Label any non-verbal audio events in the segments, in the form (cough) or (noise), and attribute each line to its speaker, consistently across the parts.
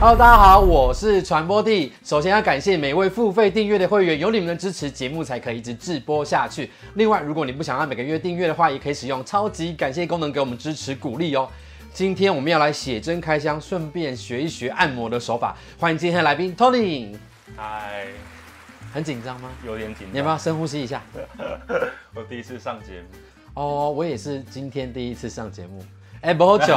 Speaker 1: Hello，大家好，我是传播帝。首先要感谢每位付费订阅的会员，有你们的支持，节目才可以一直直播下去。另外，如果你不想要每个月订阅的话，也可以使用超级感谢功能给我们支持鼓励哦。今天我们要来写真开箱，顺便学一学按摩的手法。欢迎今天的来宾 Tony，
Speaker 2: 嗨，
Speaker 1: 很紧张吗？
Speaker 2: 有点紧张。
Speaker 1: 你要不要深呼吸一下？
Speaker 2: 我第一次上节目，
Speaker 1: 哦，我也是今天第一次上节目。哎、不好久，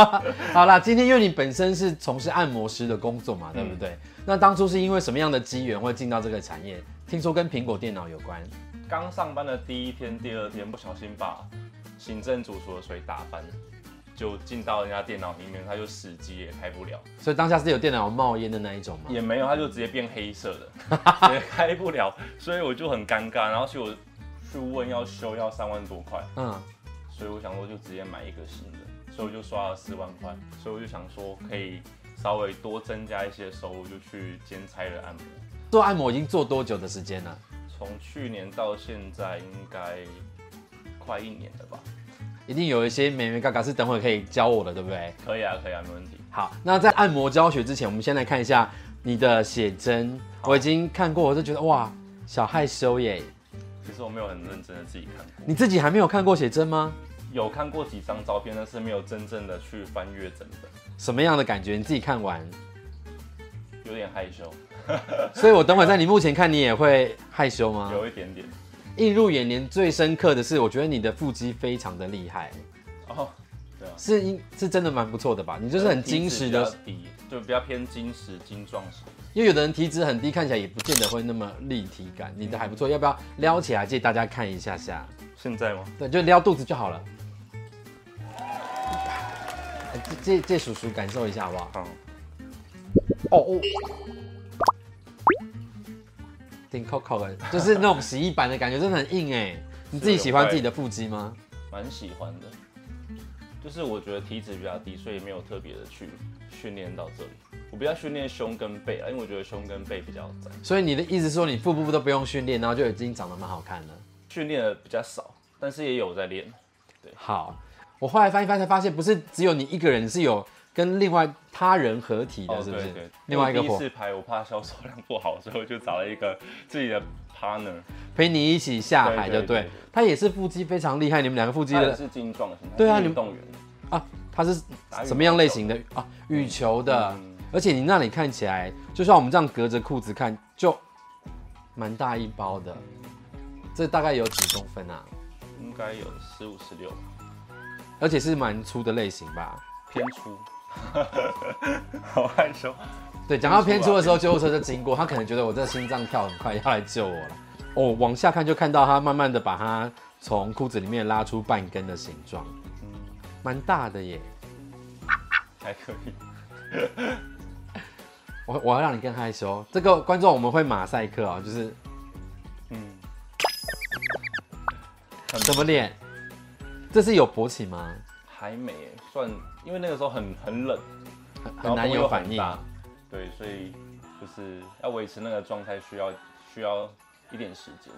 Speaker 1: (laughs) 好啦，今天因为你本身是从事按摩师的工作嘛，对不对？那当初是因为什么样的机缘会进到这个产业？听说跟苹果电脑有关，
Speaker 2: 刚上班的第一天、第二天，不小心把行政主厨的水打翻，就进到人家电脑里面，它就死机也开不了，
Speaker 1: 所以当下是有电脑冒烟的那一种嘛。
Speaker 2: 也没有，它就直接变黑色
Speaker 1: (laughs)
Speaker 2: 的，也开不了，所以我就很尴尬。然后去我去问要修，要三万多块，
Speaker 1: 嗯，
Speaker 2: 所以我想说就直接买一个新的，所以我就刷了四万块，所以我就想说可以稍微多增加一些收入，就去兼差的按摩。
Speaker 1: 做按摩已经做多久的时间了？
Speaker 2: 从去年到现在应该快一年了吧？
Speaker 1: 一定有一些美眉嘎嘎是等会可以教我的，对不对？
Speaker 2: 可以啊，可以啊，没问题。
Speaker 1: 好，那在按摩教学之前，我们先来看一下你的写真。
Speaker 2: 好
Speaker 1: 我已经看过，我就觉得哇，小害羞耶！
Speaker 2: 其实我没有很认真的自己看过，
Speaker 1: 你自己还没有看过写真吗？
Speaker 2: 有看过几张照片，但是没有真正的去翻阅整本，
Speaker 1: 什么样的感觉？你自己看完，
Speaker 2: 有点害羞，
Speaker 1: 所以我等会在你目前看，你也会害羞吗？
Speaker 2: 有一点点。
Speaker 1: 映入眼帘最深刻的是，我觉得你的腹肌非常的厉害，
Speaker 2: 哦，对啊，
Speaker 1: 是因是真的蛮不错的吧？你就是很
Speaker 2: 呃体
Speaker 1: 矜
Speaker 2: 脂
Speaker 1: 持
Speaker 2: 比较
Speaker 1: 的，
Speaker 2: 低，就比较偏矜持、精壮型。
Speaker 1: 因为有的人体脂很低，看起来也不见得会那么立体感。你的还不错，要不要撩起来借大家看一下下？
Speaker 2: 现在吗？
Speaker 1: 对，就撩肚子就好了。哎借借借叔叔感受一下好不好？
Speaker 2: 好，
Speaker 1: 哦哦，挺扣扣的，就是那种洗衣板的感觉，真的很硬哎。你自己喜欢自己的腹肌吗？
Speaker 2: 蛮喜欢的。就是我觉得体脂比较低，所以没有特别的去训练到这里。我比较训练胸跟背啊，因为我觉得胸跟背比较窄，
Speaker 1: 所以你的意思是说，你腹部都不用训练，然后就已经长得蛮好看了。
Speaker 2: 训练的比较少，但是也有在练。
Speaker 1: 好，我后来翻一翻才发现，不是只有你一个人是有跟另外他人合体的，是不是？
Speaker 2: 哦对对，
Speaker 1: 另外一个
Speaker 2: 因为
Speaker 1: 伙
Speaker 2: 第一次排我怕销售量不好，所以我就找了一个自己的 partner，
Speaker 1: 陪你一起下海，就
Speaker 2: 对对
Speaker 1: 对
Speaker 2: 对对。
Speaker 1: 他也是腹肌非常厉害，你们两个腹肌
Speaker 2: 他也
Speaker 1: 的
Speaker 2: 是精壮型，
Speaker 1: 对啊
Speaker 2: 他是
Speaker 1: 你们
Speaker 2: 运动员，
Speaker 1: 啊，他是
Speaker 2: 打羽毛球
Speaker 1: 什么样类型的啊？羽球的，
Speaker 2: 嗯
Speaker 1: 而且你那里看起来，就像我们这样隔着裤子看，就蛮大一包的。这大概有几公分啊？
Speaker 2: 应该有十五十六，
Speaker 1: 而且是蛮粗的类型吧？
Speaker 2: 偏粗， (laughs) 好害羞。
Speaker 1: 对，讲到
Speaker 2: 偏
Speaker 1: 偏
Speaker 2: 粗
Speaker 1: 粗的
Speaker 2: 啊
Speaker 1: 时候，救护车就经过，他可能觉得我这心脏跳很快，要来救我了。哦，往下看就看到他慢慢的把它从裤子里面拉出半根的形状，
Speaker 2: 嗯，
Speaker 1: 蛮大的耶。
Speaker 2: 还可以。
Speaker 1: 我我要让你更害羞，这个观众我们会马赛克哦，就是
Speaker 2: 嗯，
Speaker 1: 什么脸？这是有勃起吗？
Speaker 2: 还没算，因为那个时候很很冷，
Speaker 1: 很
Speaker 2: 然
Speaker 1: 很
Speaker 2: 后
Speaker 1: 难
Speaker 2: 风
Speaker 1: 有
Speaker 2: 又
Speaker 1: 反
Speaker 2: 很
Speaker 1: 应。
Speaker 2: 大对，所以就是要维持那个状态，需要需要一点时间。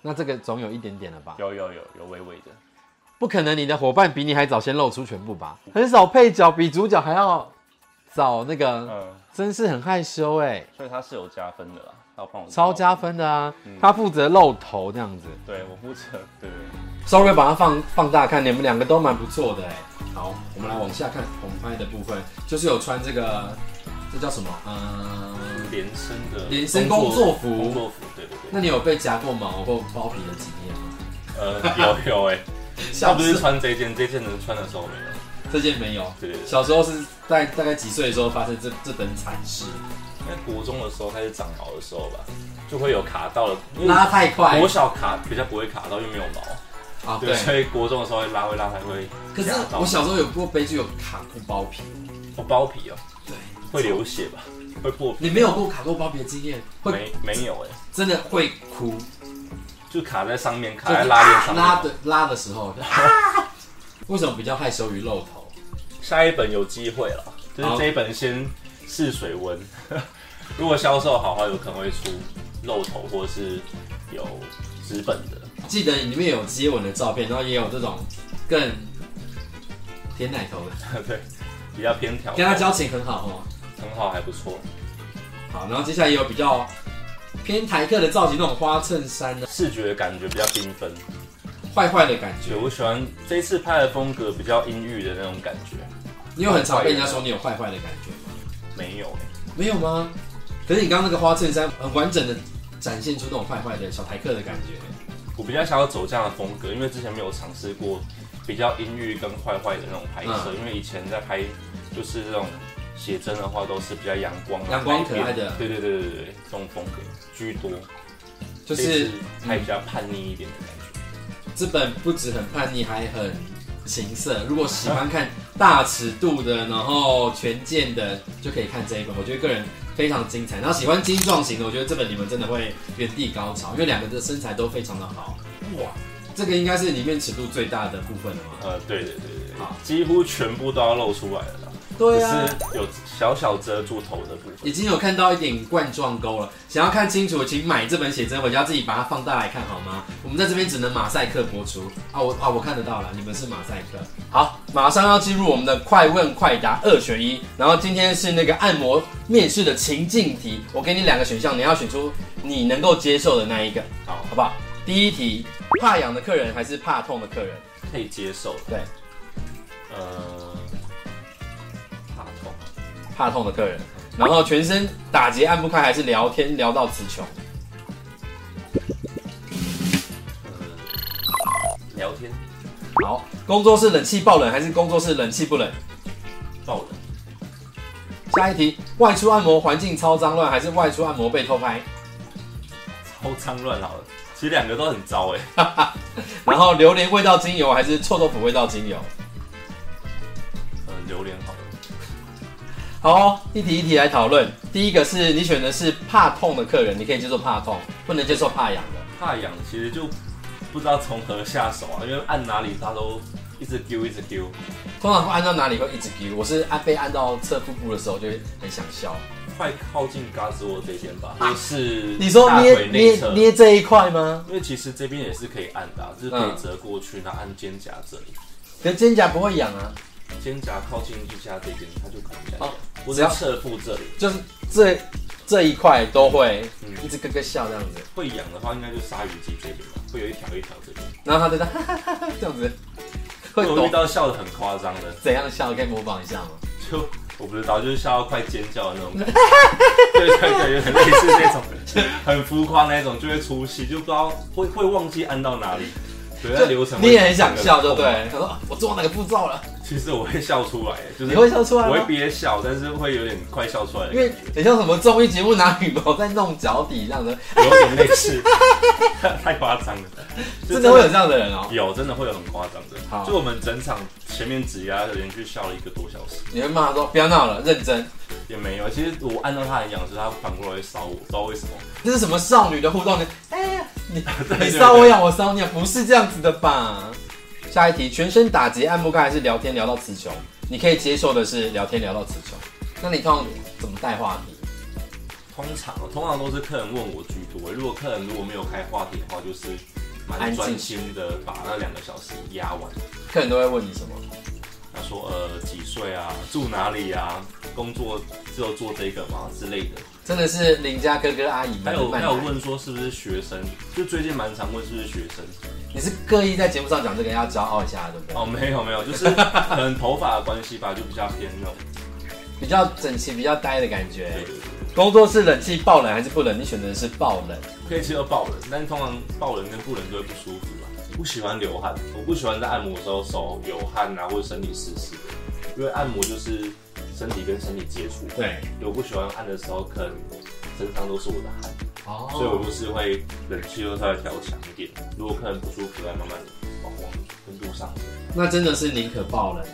Speaker 1: 那这个总有一点点了吧？
Speaker 2: 有有有有微微的，
Speaker 1: 不可能，你的伙伴比你还早先露出全部吧？很少配角比主角还要早，那个
Speaker 2: 嗯，
Speaker 1: 真是很害羞哎，
Speaker 2: 所以他是有加分的啦，他有帮我
Speaker 1: 超加分的啊！他负责露头这样子，
Speaker 2: 对我负责，对对
Speaker 1: 稍微把它放放大看，你们两个都蛮不错的哎。好，我们来往下看红拍的部分，就是有穿这个，这叫什么？嗯，
Speaker 2: 对，连身的
Speaker 1: 连身工作服
Speaker 2: 工作服，对对对，
Speaker 1: 那你有被夹过毛或包皮的经验吗？
Speaker 2: 呃，有有 (laughs) 哎、欸，他
Speaker 1: 小
Speaker 2: 不是穿这件，这件能穿的时候没有，
Speaker 1: 这件没有，
Speaker 2: 对对对，
Speaker 1: 小时候是在大概几岁的时候发生这这等惨事？
Speaker 2: 因为国中的时候开始长毛的时候吧，就会有卡到了，因
Speaker 1: 拉
Speaker 2: 为
Speaker 1: 太快
Speaker 2: 国嗯小卡比较不会卡到，又没有毛，
Speaker 1: 啊，
Speaker 2: 对，所以国中的时候会拉会拉才会
Speaker 1: 可是
Speaker 2: 夹到，
Speaker 1: 我小时候有过悲剧，有卡过包皮。
Speaker 2: 我包皮哦、
Speaker 1: 对，
Speaker 2: 会流血吧，会破皮，
Speaker 1: 你没有过卡过包皮的经验，会
Speaker 2: 没没有哎、
Speaker 1: 真的会哭，
Speaker 2: 就卡在上面，卡
Speaker 1: 就是
Speaker 2: 在拉链上面，
Speaker 1: 拉的拉的时候， (laughs) 为什么比较害羞于露头？
Speaker 2: 下一本有机会了，就是这一本先试水温， (laughs) 如果销售好的话，有可能会出露头或是有纸本的。 (laughs)
Speaker 1: 记得里面有接吻的照片，然后也有这种更舔奶头的，
Speaker 2: 对，比较偏挑。
Speaker 1: 跟他交情很好哦。
Speaker 2: 很好，还不错。
Speaker 1: 好，然后接下来也有比较偏台客的造型，那种花衬衫啊，
Speaker 2: 视觉感觉比较缤纷，
Speaker 1: 坏坏的感觉
Speaker 2: 对。我喜欢这一次拍的风格比较阴郁的那种感觉。
Speaker 1: 你有很常被人家说你有坏坏的感觉吗？
Speaker 2: 没有、欸，
Speaker 1: 没有吗？可是你刚刚那个花衬衫很完整的展现出那种坏坏的小台客的感觉。
Speaker 2: 我比较想要走这样的风格，因为之前没有尝试过比较阴郁跟坏坏的那种拍
Speaker 1: 嗯
Speaker 2: 摄，因为以前在拍就是这种写真的话都是比较阳光、
Speaker 1: 阳光可爱的
Speaker 2: 海边对对对对对对，这种风格居多，
Speaker 1: 就
Speaker 2: 这
Speaker 1: 是嗯
Speaker 2: 次拍比较叛逆一点的感觉。
Speaker 1: 资本不止很叛逆，还很情色。如果喜欢看大尺度的，然后全健的，就可以看这一本。我觉得个人非常精彩。然后喜欢精壮型的，我觉得这本你们真的会原地高潮，因为两个的身材都非常的好。哇，这个应该是里面尺度最大的部分了嘛？
Speaker 2: 呃，对对对对
Speaker 1: 好
Speaker 2: 对，几乎全部都要露出来了啦，
Speaker 1: 对啊，
Speaker 2: 只是有小小遮住头的部分。
Speaker 1: 已经有看到一点冠状沟了。想要看清楚，请买这本写真回家自己把它放大来看好吗？我们在这边只能马赛克播出啊，我啊我看得到了，你们是马赛克。好，马上要进入我们的快问快答二选一，然后今天是那个按摩面试的情境题，我给你两个选项，你要选出你能够接受的那一个，
Speaker 2: 好，
Speaker 1: 好不好？第一题，怕痒的客人还是怕痛的客人？
Speaker 2: 可以接受。
Speaker 1: 对，
Speaker 2: 呃，怕痛，
Speaker 1: 怕痛的客人，然后全身打结按不开，还是聊天聊到词穷？
Speaker 2: 呃，聊天
Speaker 1: 好，工作室冷气爆冷还是工作室冷气不冷？
Speaker 2: 爆冷，
Speaker 1: 下一题，外出按摩环境超脏乱，还是外出按摩被偷拍？
Speaker 2: 超脏乱好了。其实两个都很糟哎、
Speaker 1: 然后榴莲味道精油还是臭豆腐味道精油？
Speaker 2: 呃，榴莲好了，
Speaker 1: 好哦、一题一题来讨论。第一个是你选的是怕痛的客人，你可以接受怕痛，不能接受怕痒的。
Speaker 2: 怕痒其实就不知道从何下手啊，因为按哪里它都一直丢一直丢，
Speaker 1: 通常会按到哪里会一直丢，我是按被按到侧腹部的时候就会很想笑。
Speaker 2: 快靠近嘎吱窝这边吧，就是
Speaker 1: 啊你说
Speaker 2: 大
Speaker 1: 捏
Speaker 2: 腿
Speaker 1: 捏
Speaker 2: 内侧。
Speaker 1: 捏这一块吗？
Speaker 2: 因为其实这边也是可以按的、啊，就是可
Speaker 1: 嗯
Speaker 2: 以折过去，然后按肩胛这里，
Speaker 1: 可是肩胛不会痒啊，
Speaker 2: 肩胛靠近腋下这边，它就可以
Speaker 1: 哦
Speaker 2: 哦，或
Speaker 1: 只要
Speaker 2: 者侧腹这里
Speaker 1: 就是这这一块都会
Speaker 2: 嗯
Speaker 1: 一直咯咯笑这样子，
Speaker 2: 会痒的话，应该就鲨鱼肌这边吧，会有一条一条这边。
Speaker 1: 然后他就这样哈哈哈哈这样
Speaker 2: (laughs)
Speaker 1: 子，会
Speaker 2: 我有
Speaker 1: 抖
Speaker 2: 遇到笑得很夸张的，
Speaker 1: 怎样笑？可以模仿一下吗？
Speaker 2: 就我不知道，就是笑到快尖叫的那种感觉。对对对，有点类似这种，很浮夸那种，就会出戏，就不知道会会忘记按到哪里。对，那流程
Speaker 1: 你也很想笑，对不
Speaker 2: 对？
Speaker 1: 对？他说啊我做哪个步骤了？
Speaker 2: 其实我会笑出来，就是
Speaker 1: 你会笑出来
Speaker 2: 我会
Speaker 1: 吗？
Speaker 2: 憋笑，但是会有点快笑出来的
Speaker 1: 因为
Speaker 2: 感
Speaker 1: 很像什么综艺节目拿羽毛在弄脚底这样的，
Speaker 2: 觉，有点类
Speaker 1: (laughs)
Speaker 2: 似，太夸张了，就
Speaker 1: 真的会有这样的人哦、
Speaker 2: 有，真的会有很夸张
Speaker 1: 好
Speaker 2: 的。就我们整场前面指压连续笑了一个多小时。
Speaker 1: 你会骂他说不要闹了，认真。
Speaker 2: 也没有，其实我按照他很痒的时候，他反过来会烧我，不知道为什么。
Speaker 1: 这是什么少女的互动呢？哎呀，你
Speaker 2: (laughs) 对
Speaker 1: 你
Speaker 2: 对
Speaker 1: 骚我痒，我骚你痒，不是这样子的吧？下一题，全身打结按不开还是聊天聊到词穷？你可以接受的是聊天聊到词穷，那你通常怎么带话题？
Speaker 2: 通常通常都是客人问我居多，如果客人如果没有开话题的话，就是蛮专心的把那两个小时压完。
Speaker 1: 客人都会问你什么？
Speaker 2: 他说呃几岁啊，住哪里啊，工作只有做这个吗之类的。
Speaker 1: 真的是邻家哥哥阿姨们
Speaker 2: 还有
Speaker 1: 慢
Speaker 2: 还
Speaker 1: 慢
Speaker 2: 有
Speaker 1: 来
Speaker 2: 问说是不是学生，就最近蛮常问是不是学生。
Speaker 1: 你是刻意在节目上讲这个要骄傲一下，对不对？
Speaker 2: (laughs) 哦没有没有，就是 (laughs) 可能头发的关系吧，就比较偏那种。
Speaker 1: 比较整齐、比较呆的感觉
Speaker 2: 对。对对，
Speaker 1: 工作室冷气爆冷还是不冷？你选择的是爆冷。
Speaker 2: 可以接受爆人，但是通常爆人跟不人都会不舒服吧。不喜欢流汗，我不喜欢在按摩的时候手有汗啊，或者身体湿湿的，因为按摩就是身体跟身体接触。，
Speaker 1: 对，
Speaker 2: 我不喜欢按的时候，可能身上都是我的汗，
Speaker 1: 哦，
Speaker 2: 所以我就是会冷气都稍微调强一点。如果客人不舒服，再慢慢往往温度上。
Speaker 1: 那真的是宁可爆冷，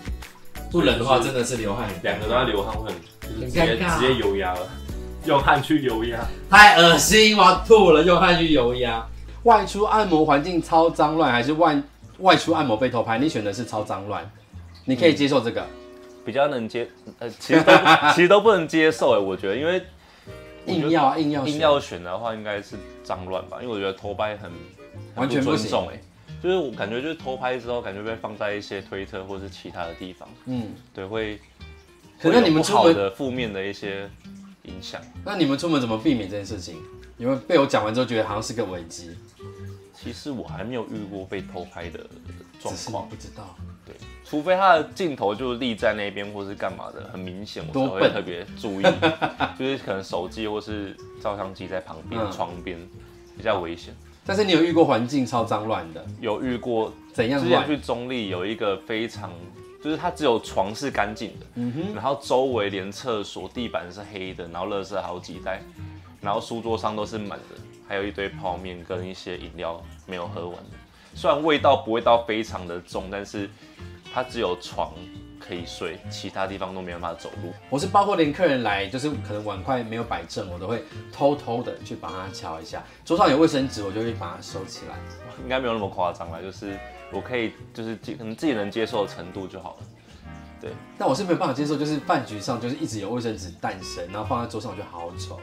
Speaker 1: 不冷的话真的是流汗，
Speaker 2: 两个都在，流汗会很，就是直接
Speaker 1: 很尴尬
Speaker 2: 直接油压了， (laughs) 用汗去油压。
Speaker 1: 太恶心，我要吐了，用汗去油压。外出按摩环境超脏乱，还是外外出按摩被偷拍？你选的是超脏乱，你
Speaker 2: 嗯
Speaker 1: 可以接受这个
Speaker 2: 比较能接，呃，其实都 (laughs) 其实都不能接受哎，我觉得，因为我觉得
Speaker 1: 硬要啊硬要选
Speaker 2: 硬要选的话，应该是脏乱吧，因为我觉得偷拍很很
Speaker 1: 完全不
Speaker 2: 尊
Speaker 1: 行欸
Speaker 2: 重哎、就是我感觉就是偷拍之后，感觉被放在一些推特或是其他的地方，
Speaker 1: 嗯，
Speaker 2: 对，会
Speaker 1: 可
Speaker 2: 会
Speaker 1: 是
Speaker 2: 有
Speaker 1: 你们
Speaker 2: 不
Speaker 1: 出
Speaker 2: 好
Speaker 1: 门
Speaker 2: 的负面的一些影响。
Speaker 1: 那你们出门怎么避免这件事情？你们被我讲完之后觉得好像是个危机，
Speaker 2: 其实我还没有遇过被偷拍的状
Speaker 1: 只是你
Speaker 2: 况，
Speaker 1: 不知道。
Speaker 2: 对，除非他的镜头就立在那边或是干嘛的，很明显，我才
Speaker 1: 多
Speaker 2: 会
Speaker 1: 笨
Speaker 2: 特别注
Speaker 1: (laughs)
Speaker 2: 意，就是可能手机或是照相机在旁边、
Speaker 1: 嗯
Speaker 2: 窗边比较危险。
Speaker 1: 但是你有遇过环境超脏乱的，
Speaker 2: 有遇过
Speaker 1: 怎样
Speaker 2: 之前
Speaker 1: 乱？
Speaker 2: 去中立有一个非常，就是它只有床是干净的，
Speaker 1: 嗯哼，
Speaker 2: 然后周围连厕所地板是黑的，然后垃圾好几袋，然后书桌上都是满的，还有一堆泡面跟一些饮料没有喝完的。虽然味道不会到非常的重，但是它只有床可以睡，其他地方都没办法走路。
Speaker 1: 我是包括连客人来，就是可能碗筷没有摆正，我都会偷偷的去帮他敲一下。桌上有卫生纸，我就会把它收起来。
Speaker 2: 应该没有那么夸张啦，就是我可以就是可能自己能接受的程度就好了。
Speaker 1: 但我是没有办法接受，就是饭局上就是一直有卫生纸诞生，然后放在桌上，我觉得好丑。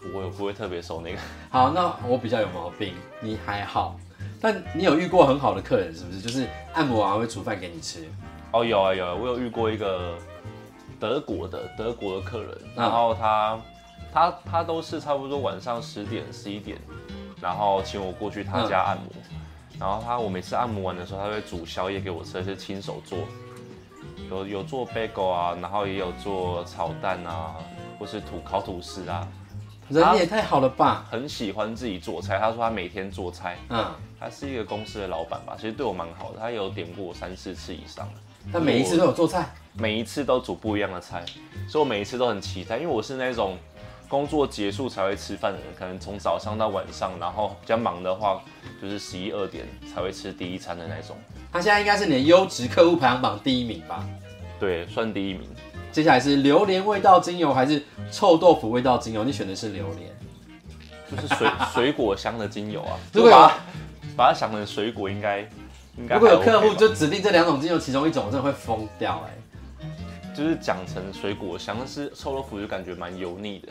Speaker 2: 不会，我不会特别收那个。
Speaker 1: 好，那我比较有毛病，你还好。但你有遇过很好的客人是不是？就是按摩完会煮饭给你吃，
Speaker 2: 哦，有啊有啊，我有遇过一个德国的德国的客人，然后他、他他都是差不多晚上十点十一点，然后请我过去他家按摩，然后他我每次按摩完的时候，他会煮宵夜给我吃，是亲手做，有有做 bagel 啊，然后也有做炒蛋啊，或是土烤吐司啊，
Speaker 1: 人也太好了吧？
Speaker 2: 很喜欢自己做菜。他说他每天做菜，
Speaker 1: 嗯，
Speaker 2: 他是一个公司的老板吧，其实对我蛮好的，他有点过我三四次以上。
Speaker 1: 但每一次都有做菜，
Speaker 2: 每一次都煮不一样的菜，所以我每一次都很期待，因为我是那种工作结束才会吃饭的人，可能从早上到晚上，然后比较忙的话，就是十一二点才会吃第一餐的那种。
Speaker 1: 他现在应该是你的优质客户排行榜第一名吧？
Speaker 2: 对，算第一名。
Speaker 1: 接下来是榴莲味道精油还是臭豆腐味道精油？你选的是榴莲。
Speaker 2: 就是水 (laughs) 水果香的精油啊，
Speaker 1: 如
Speaker 2: 如
Speaker 1: 果
Speaker 2: 果
Speaker 1: 有
Speaker 2: 把它把它想成水果，应该应该、
Speaker 1: 如果有客户就指定这两种精油其中一种，我真的会疯掉哎、
Speaker 2: 就是讲成水果香，但是臭豆腐就感觉蛮油腻的，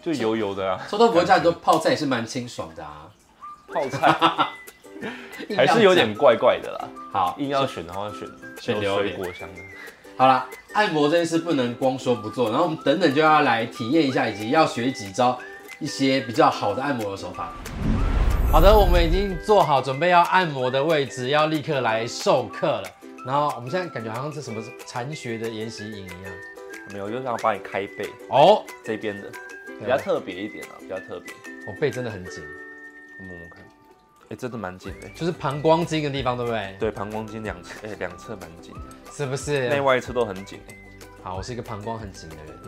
Speaker 2: 就油油
Speaker 1: (laughs)
Speaker 2: 的啊，
Speaker 1: 臭豆腐加很多泡菜也是蛮清爽的啊，
Speaker 2: 泡菜
Speaker 1: 硬要
Speaker 2: 还是有
Speaker 1: 讲
Speaker 2: 点怪怪的啦。
Speaker 1: 好。
Speaker 2: 硬要选的话选
Speaker 1: 选
Speaker 2: 有
Speaker 1: 榴
Speaker 2: 水
Speaker 1: 莲
Speaker 2: 果香的。
Speaker 1: 好啦，按摩这件事不能光说不做，然后我们等等就要来体验一下，以及要学几招一些比较好的按摩的手法。好的，我们已经做好准备要按摩的位置，要立刻来授课了。然后我们现在感觉好像是什么禅学的研习营一样。
Speaker 2: 没有，我就想帮你开背
Speaker 1: 哦，
Speaker 2: 这边的，比较特别一点啊，比较特别。
Speaker 1: 我背真的很紧，
Speaker 2: 我摸摸看，哎、真的蛮紧的。
Speaker 1: 就是膀胱经的地方，对不对？
Speaker 2: 对，膀胱经两侧，哎、两侧蛮紧的，
Speaker 1: 是不
Speaker 2: 内
Speaker 1: 是？
Speaker 2: 外侧都很紧。哎
Speaker 1: 好，我是一个膀胱很紧的人。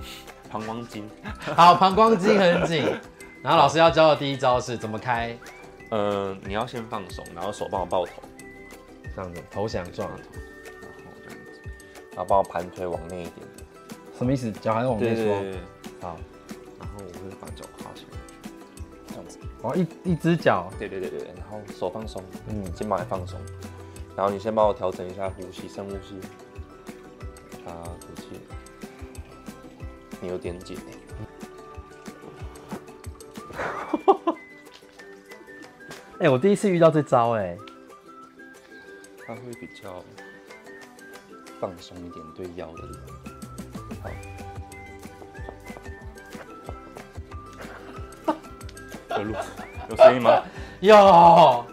Speaker 2: 膀胱经，
Speaker 1: 好，膀胱经很紧。然后老师要教的第一招是怎么开，
Speaker 2: 呃，你要先放松，然后手帮我抱头，
Speaker 1: 这样子投降撞啊头，
Speaker 2: 然后这样子，然后帮我盘腿往内一点。
Speaker 1: 什么意思？脚还是往内缩。
Speaker 2: 对，
Speaker 1: 好，
Speaker 2: 然后我会把脚跨起来，这样子。
Speaker 1: 然后一哦一只脚，
Speaker 2: 对对对对，然后手放松，嗯，肩膀也放松，然后你先帮我调整一下呼吸，深呼吸，啊，吐气，你有点紧欸，
Speaker 1: 哎、我第一次遇到这招、哎，
Speaker 2: 它会比较放松一点对腰的地方。好，有录，有声音吗？
Speaker 1: 有，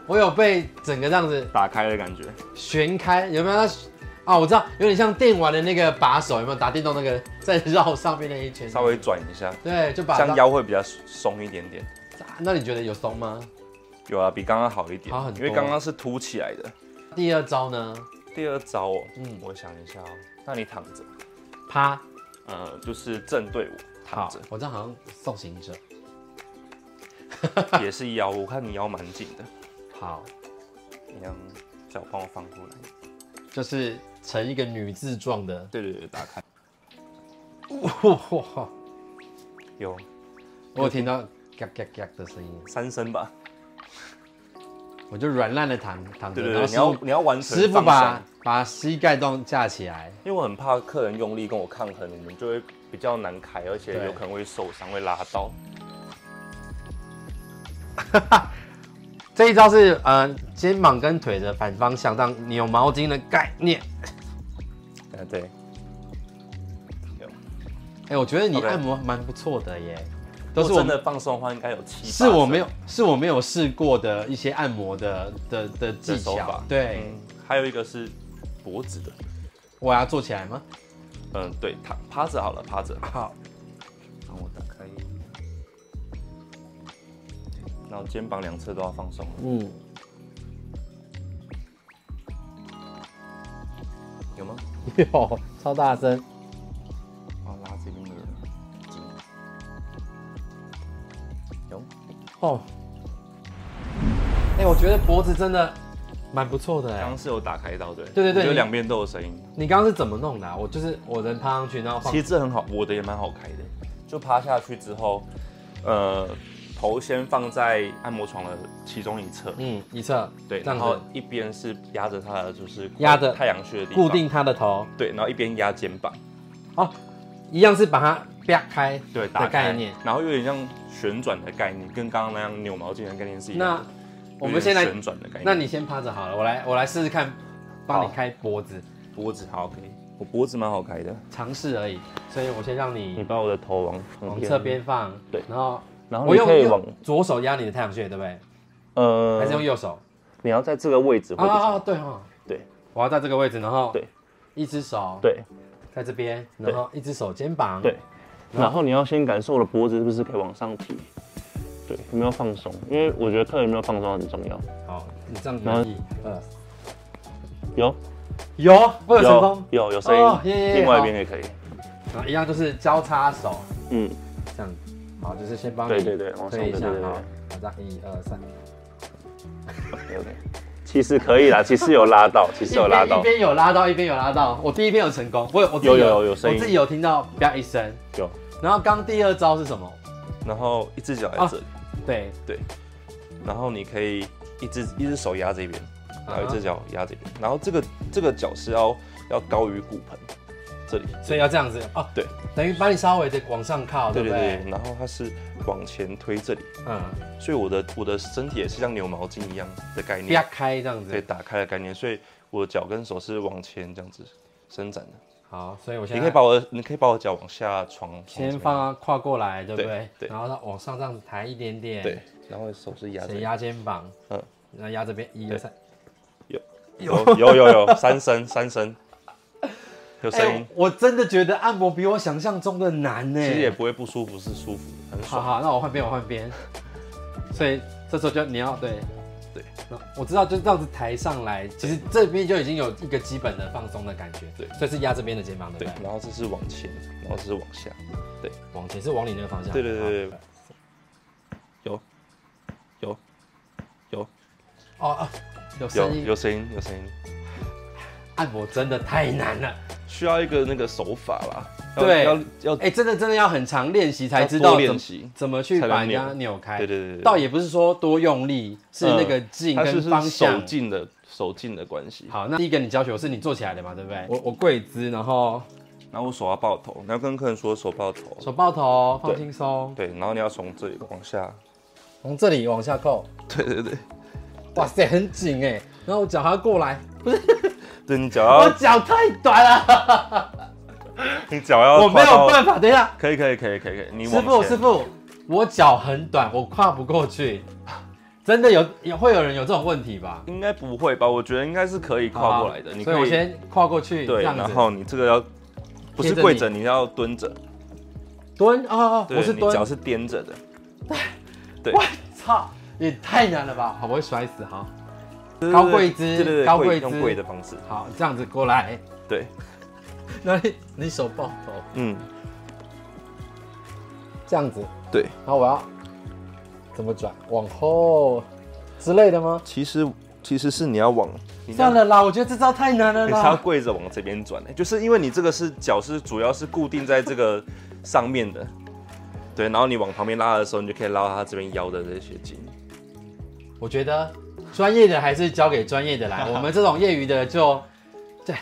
Speaker 1: 我有被整个这样子
Speaker 2: 打开的感觉，
Speaker 1: 旋开，有没有？啊，我知道，有点像电玩的那个把手，有没有打电动那个在绕上面那一圈？
Speaker 2: 稍微转一下，
Speaker 1: 对，就把
Speaker 2: 这样。腰会比较松一点点。
Speaker 1: 那你觉得有松吗？
Speaker 2: 有啊，比刚刚好一点
Speaker 1: 好很，
Speaker 2: 因为
Speaker 1: 多
Speaker 2: 刚刚是凸起来的。
Speaker 1: 第二招呢？
Speaker 2: 第二招哦，
Speaker 1: 嗯
Speaker 2: 嗯，我想一下哦，那你躺着，
Speaker 1: 趴，
Speaker 2: 呃，就是正对我躺
Speaker 1: 好
Speaker 2: 着，，
Speaker 1: 我这样好像送行者。
Speaker 2: (laughs) 也是腰，我看你腰蛮紧的，
Speaker 1: 好，
Speaker 2: 一样，脚帮我放出来，
Speaker 1: 就是成一个女字状的。
Speaker 2: 对对对，打开，
Speaker 1: 哇，
Speaker 2: 有
Speaker 1: 我有听到嘎嘎嘎的声音，
Speaker 2: 三声吧，
Speaker 1: 我就软烂的躺躺着，
Speaker 2: 对对
Speaker 1: 然后
Speaker 2: 对，你要
Speaker 1: 师
Speaker 2: 你要完
Speaker 1: 傅
Speaker 2: 全
Speaker 1: 师傅
Speaker 2: 放
Speaker 1: 把
Speaker 2: 松，
Speaker 1: 把膝盖洞架起来。
Speaker 2: 因为我很怕客人用力跟我抗衡，你们就会比较难开，而且
Speaker 1: 对
Speaker 2: 有可能会受伤，会拉到，
Speaker 1: 这一招是呃肩膀跟腿的反方向，让你有毛巾的概念。
Speaker 2: 呃对，
Speaker 1: 哎、我觉得你
Speaker 2: OK
Speaker 1: 按摩蛮不错的耶，都
Speaker 2: 如果
Speaker 1: 是我
Speaker 2: 真的放松的话，应该有七八
Speaker 1: 是我没
Speaker 2: 有
Speaker 1: 有是我没有试过的一些按摩的的的嗯技
Speaker 2: 手
Speaker 1: 巧
Speaker 2: 法。嗯
Speaker 1: 对，
Speaker 2: 还有一个是脖子的，
Speaker 1: 我要坐起来吗？
Speaker 2: 嗯，对，趴趴着好了，趴着， (laughs)
Speaker 1: 好，
Speaker 2: 然后我打开，然后肩膀两侧都要放松。
Speaker 1: 嗯， (laughs)
Speaker 2: 有吗？
Speaker 1: 有超大声，
Speaker 2: 我要拉这边的人。有，
Speaker 1: 哦，哎、我觉得脖子真的蛮不错的
Speaker 2: 刚
Speaker 1: 哎。
Speaker 2: 刚是有打开到对，
Speaker 1: 对对对
Speaker 2: 就
Speaker 1: 你
Speaker 2: 两边都有声音。
Speaker 1: 你刚刚是怎么弄的、啊？我就是我人趴上去，然后放
Speaker 2: 其实这很好，我的也蛮好开的，就趴下去之后，呃，头先放在按摩床的其中一侧，
Speaker 1: 嗯一侧，
Speaker 2: 对，
Speaker 1: 这样
Speaker 2: 然后
Speaker 1: 子
Speaker 2: 一边是压着它的就是
Speaker 1: 压着
Speaker 2: 太阳穴的地方，
Speaker 1: 固，定他的头，
Speaker 2: 对，然后一边压肩膀，
Speaker 1: 哦，一样是把它啪开，
Speaker 2: 对，打
Speaker 1: 的
Speaker 2: 开
Speaker 1: 概念。，
Speaker 2: 然后有点像旋转的概念，跟刚刚那样扭毛巾的概念是一样
Speaker 1: 那
Speaker 2: 的。
Speaker 1: 我
Speaker 2: 有
Speaker 1: 们
Speaker 2: 点
Speaker 1: 先来
Speaker 2: 旋转的概念，
Speaker 1: 那你先趴着好了，我来我来试试看，帮你开脖子，
Speaker 2: 脖子好 OK，我脖子蛮好开的，
Speaker 1: 尝试而已。所以我先让
Speaker 2: 你
Speaker 1: 你
Speaker 2: 把我的头往
Speaker 1: 往侧，边放，
Speaker 2: 嗯对
Speaker 1: 然后
Speaker 2: 然后
Speaker 1: 我
Speaker 2: 你
Speaker 1: 用
Speaker 2: 可以
Speaker 1: 右
Speaker 2: 往
Speaker 1: 左手压你的太阳穴，对不对？
Speaker 2: 呃
Speaker 1: 还是用右手？
Speaker 2: 你要在这个位置会
Speaker 1: 啊
Speaker 2: 比较
Speaker 1: 啊啊！对哦，
Speaker 2: 对
Speaker 1: 我要在这个位置，然后
Speaker 2: 对，
Speaker 1: 一只手
Speaker 2: 对
Speaker 1: 在这边，然后一只手肩膀，
Speaker 2: 对，然后你要先感受我的脖子是不是可以往上提，对，有没有放松？因为我觉得客人有没有放松很重要。
Speaker 1: 好，你这样
Speaker 2: 然后
Speaker 1: 满意？嗯，
Speaker 2: 有
Speaker 1: 有，不有成
Speaker 2: 有
Speaker 1: 功，
Speaker 2: 有有声音，
Speaker 1: 哦耶耶耶
Speaker 2: 另外一边也可以，
Speaker 1: 然后一样就是交叉手
Speaker 2: 嗯，
Speaker 1: 这样子，好，就是先帮你
Speaker 2: 对对对，往上
Speaker 1: 推
Speaker 2: 对
Speaker 1: 一
Speaker 2: 对
Speaker 1: 下，
Speaker 2: 对
Speaker 1: 好，
Speaker 2: 对
Speaker 1: 好，这样一二三，
Speaker 2: ，OK OK，其实可以啦， (laughs) 其实有拉到，其实有拉
Speaker 1: 一
Speaker 2: 到，
Speaker 1: 边有拉到，一边有拉到。我第一遍有成功，我有我自己
Speaker 2: 有有有有声音
Speaker 1: 我自己有听到“啪”一声。
Speaker 2: 有，
Speaker 1: 然后刚第二招是什么？
Speaker 2: 然后一只脚在
Speaker 1: 啊
Speaker 2: 这里，
Speaker 1: 对，
Speaker 2: 对，然后你可以一只一只手压这边，
Speaker 1: 啊
Speaker 2: 然后一只脚压这边，然后这个这个脚是要要高于骨盆这里，
Speaker 1: 所以要这样子哦，
Speaker 2: 对
Speaker 1: 等于把你稍微的往上靠，对
Speaker 2: 对
Speaker 1: 不
Speaker 2: 对
Speaker 1: 对？
Speaker 2: 对，然后它是往前推这里。
Speaker 1: 嗯，
Speaker 2: 所以我的我的身体也是像扭毛巾一样的概
Speaker 1: 啪
Speaker 2: 念，
Speaker 1: 开这样
Speaker 2: 可以
Speaker 1: 子。
Speaker 2: 打开的概念，所以我的脚跟手是往前这样子伸展的。
Speaker 1: 好，所以我现
Speaker 2: 你
Speaker 1: 在
Speaker 2: 可以把我的你可以把我脚往下床床
Speaker 1: 先
Speaker 2: 这边
Speaker 1: 放到跨过来，对不对
Speaker 2: 对？对
Speaker 1: 然后它往上这样子抬一点点，
Speaker 2: 对，，然后手是压着
Speaker 1: 谁，压肩膀，
Speaker 2: 嗯，
Speaker 1: 然后压这边一二三。
Speaker 2: 有有有有三声 (laughs) 三声，有声音，
Speaker 1: 哎我真的觉得按摩比我想象中的难呢。
Speaker 2: 其实也不会不舒服，是舒服的，很
Speaker 1: 哎好
Speaker 2: 爽。
Speaker 1: 好，那我换边，我换边。所以这时候就你要对
Speaker 2: 对，
Speaker 1: 那我知道就这样子抬上来，其实这边就已经有一个基本的放松的感觉。
Speaker 2: 对
Speaker 1: 所以是压这边的肩膀，对不
Speaker 2: 对
Speaker 1: 对？，
Speaker 2: 然后这是往前，然后这是往下，
Speaker 1: 往前是往你那个方向。
Speaker 2: 对对对对
Speaker 1: 好。
Speaker 2: 有有有
Speaker 1: 哦哦，有
Speaker 2: 有
Speaker 1: 声音。
Speaker 2: 有声音有声音，
Speaker 1: 按摩真的太难了，
Speaker 2: 需要一个那个手法啦，要
Speaker 1: 对
Speaker 2: 要要
Speaker 1: 哎、真的真的要很常练习才
Speaker 2: 要
Speaker 1: 知
Speaker 2: 多
Speaker 1: 道怎
Speaker 2: 练
Speaker 1: 么
Speaker 2: 习。
Speaker 1: 怎么去
Speaker 2: 才能
Speaker 1: 把人家
Speaker 2: 扭
Speaker 1: 扭开。
Speaker 2: 对对对对对嗯
Speaker 1: 倒也不是说多用力，是那个劲
Speaker 2: 它就
Speaker 1: 跟
Speaker 2: 是
Speaker 1: 方向
Speaker 2: 手。劲的手劲的关系。
Speaker 1: 好，那第一个你教学我是你坐起来的嘛，对不对？我我跪姿，然后
Speaker 2: 然后我手要抱头，你要跟客人说手抱头，
Speaker 1: 手抱头，放
Speaker 2: 对
Speaker 1: 轻松。
Speaker 2: 对，然后你要从这里往下，
Speaker 1: 从这里往下扣，
Speaker 2: 对对对，
Speaker 1: 哇塞，很紧哎。然后我脚还要过来，
Speaker 2: 对你脚
Speaker 1: 我
Speaker 2: 要
Speaker 1: 脚太短了，
Speaker 2: 你脚要
Speaker 1: 我没
Speaker 2: 跨到
Speaker 1: 有办法。等一下，
Speaker 2: 可以可以可以可以可以，你
Speaker 1: 师傅
Speaker 2: 往
Speaker 1: 师
Speaker 2: 前，
Speaker 1: 傅，我脚很短，我跨不过去。 (laughs) 真的有也会有人有这种问题吧？
Speaker 2: 应该不会吧？我觉得应该是可以跨过来的，
Speaker 1: 好
Speaker 2: 你
Speaker 1: 所以
Speaker 2: 可
Speaker 1: 我
Speaker 2: 以
Speaker 1: 先跨过去，
Speaker 2: 对，
Speaker 1: 这样
Speaker 2: 然
Speaker 1: 子
Speaker 2: 后你这个要不是
Speaker 1: 贴着
Speaker 2: 跪着，你要蹲着，
Speaker 1: 蹲哦哦，哦
Speaker 2: 对，
Speaker 1: 我是
Speaker 2: 你
Speaker 1: 蹲
Speaker 2: 脚，是踮着的，
Speaker 1: (laughs)
Speaker 2: 对
Speaker 1: 我操，也太难了吧！好，我会摔死哈。好
Speaker 2: 对对对
Speaker 1: 高跪姿
Speaker 2: 对对对，
Speaker 1: 高跪姿
Speaker 2: 用跪的方式，
Speaker 1: 好，这样子过来， (laughs)
Speaker 2: 对，
Speaker 1: 那你你手抱头，
Speaker 2: 嗯，
Speaker 1: 这样子，
Speaker 2: 对。
Speaker 1: 然后我要怎么转？往后之类的吗？
Speaker 2: 其实其实是你要往你要
Speaker 1: (laughs) 算了啦，我觉得这招太难了
Speaker 2: 你是要
Speaker 1: 啦。
Speaker 2: 跪着往这边转的、欸就是因为你这个是脚是主要是固定在这个上面的，对，然后你往旁边拉的时候，你就可以拉到它这边腰的这些筋。
Speaker 1: 我觉得专业的还是交给专业的 (laughs) 来，我们这种业余的就，对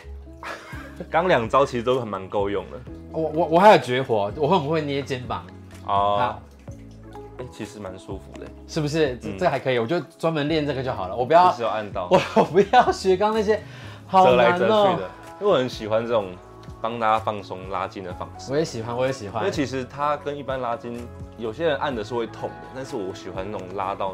Speaker 2: 刚两招其实都很蛮够用的
Speaker 1: 我我我还有绝活，我会不会捏肩膀？
Speaker 2: 哦
Speaker 1: 好，，
Speaker 2: 哎、其实蛮舒服的，
Speaker 1: 是不是？这
Speaker 2: 嗯
Speaker 1: 这还可以，我就专门练这个就好了。我不要 (laughs)
Speaker 2: 就是要按到
Speaker 1: 我我不要学刚那些，好
Speaker 2: 折来
Speaker 1: 难
Speaker 2: 折去
Speaker 1: 哦
Speaker 2: 的。，因为我很喜欢这种帮大家放松拉筋的方式。
Speaker 1: 我也喜欢，我也喜
Speaker 2: 因
Speaker 1: 欢
Speaker 2: 为。其实它跟一般拉筋，有些人按的是会痛的，但是我喜欢那种拉到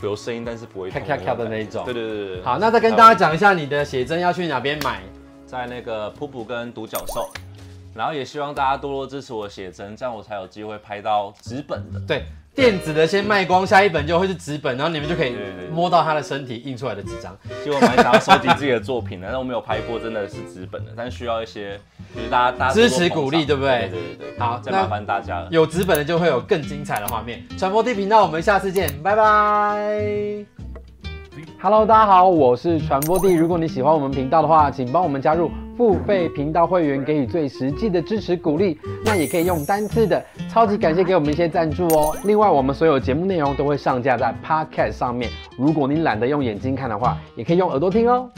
Speaker 2: 有声音但是不会痛
Speaker 1: 咔咔咔的那一
Speaker 2: 感觉
Speaker 1: 种
Speaker 2: 对对对对。
Speaker 1: 好，那再跟大家讲一下你的写真要去哪边买。
Speaker 2: 在那个瀑布跟独角兽，然后也希望大家多多支持我写真，这样我才有机会拍到纸本的。
Speaker 1: 对，嗯电子的先卖光，下一本就会是纸本，然后你们就可以
Speaker 2: 对对对
Speaker 1: 摸到他的身体印出来的纸张。
Speaker 2: 其实我蛮想要收集自己的作品的， (laughs) 但我没有拍过，真的是纸本的，但需要一些就是大家大家多
Speaker 1: 支
Speaker 2: 多
Speaker 1: 持
Speaker 2: 捧场
Speaker 1: 鼓励对不对
Speaker 2: 对对对对
Speaker 1: 好
Speaker 2: 再
Speaker 1: 那
Speaker 2: 麻烦大家了。
Speaker 1: 有纸本的就会有更精彩的画面。传播地频道，我们下次见，拜拜。Hello，大家好，我是传播地。如果你喜欢我们频道的话，请帮我们加入付费频道会员，给予最实际的支持鼓励。那也可以用单次的，超级感谢给我们一些赞助哦。另外，我们所有节目内容都会上架在 Podcast 上面，如果你懒得用眼睛看的话，也可以用耳朵听哦。